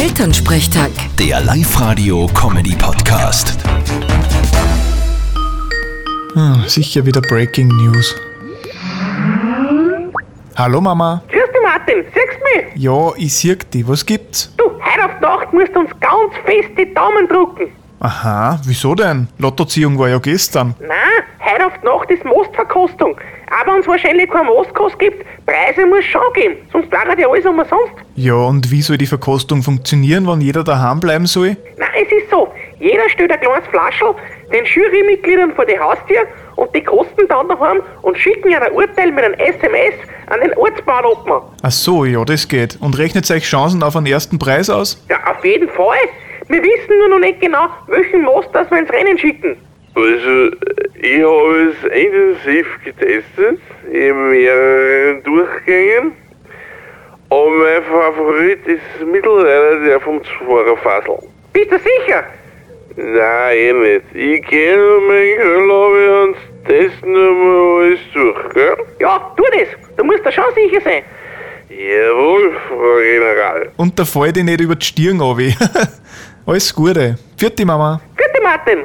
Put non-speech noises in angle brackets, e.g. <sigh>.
Elternsprechtag. Der Live-Radio-Comedy-Podcast. Ah, Sicher wieder Breaking News. Hallo Mama. Grüß dich, Martin. Siehst du mich? Ja, ich sieg dich. Was gibt's? Du, heute auf die Nacht musst du uns ganz fest die Daumen drücken. Aha, wieso denn? Lottoziehung war ja gestern. Nein, heute auf die Nacht ist Mostverkostung. Aber uns wahrscheinlich kein Mostkost gibt, Preise muss schon geben. Sonst wäre ja alles um umsonst. Ja, und wie soll die Verkostung funktionieren, wenn jeder daheim bleiben soll? Nein, es ist so. Jeder stellt ein kleines Flaschel den Jurymitgliedern vor die Haustür und die kosten dann daheim und schicken ihr ein Urteil mit einem SMS an den Ortsbahnobmann. Ach so, ja, das geht. Und rechnet euch Chancen auf einen ersten Preis aus? Ja, auf jeden Fall. Wir wissen nur noch nicht genau, welchen Most das wir ins Rennen schicken. Also, ich habe es intensiv getestet, in mehreren Durchgängen. Und mein Favorit ist mittlerweile der vom Zwergerfassel. Bist du sicher? Nein, eh nicht. Ich gehe nur mein Lobby und testen nochmal alles durch, gell? Ja, tu das. Du musst da schon sicher sein. Jawohl, Frau General. Und da fall ich nicht über die Stirn runter. <laughs> Alles Gute. Vierte Mama. Bitte, Martin.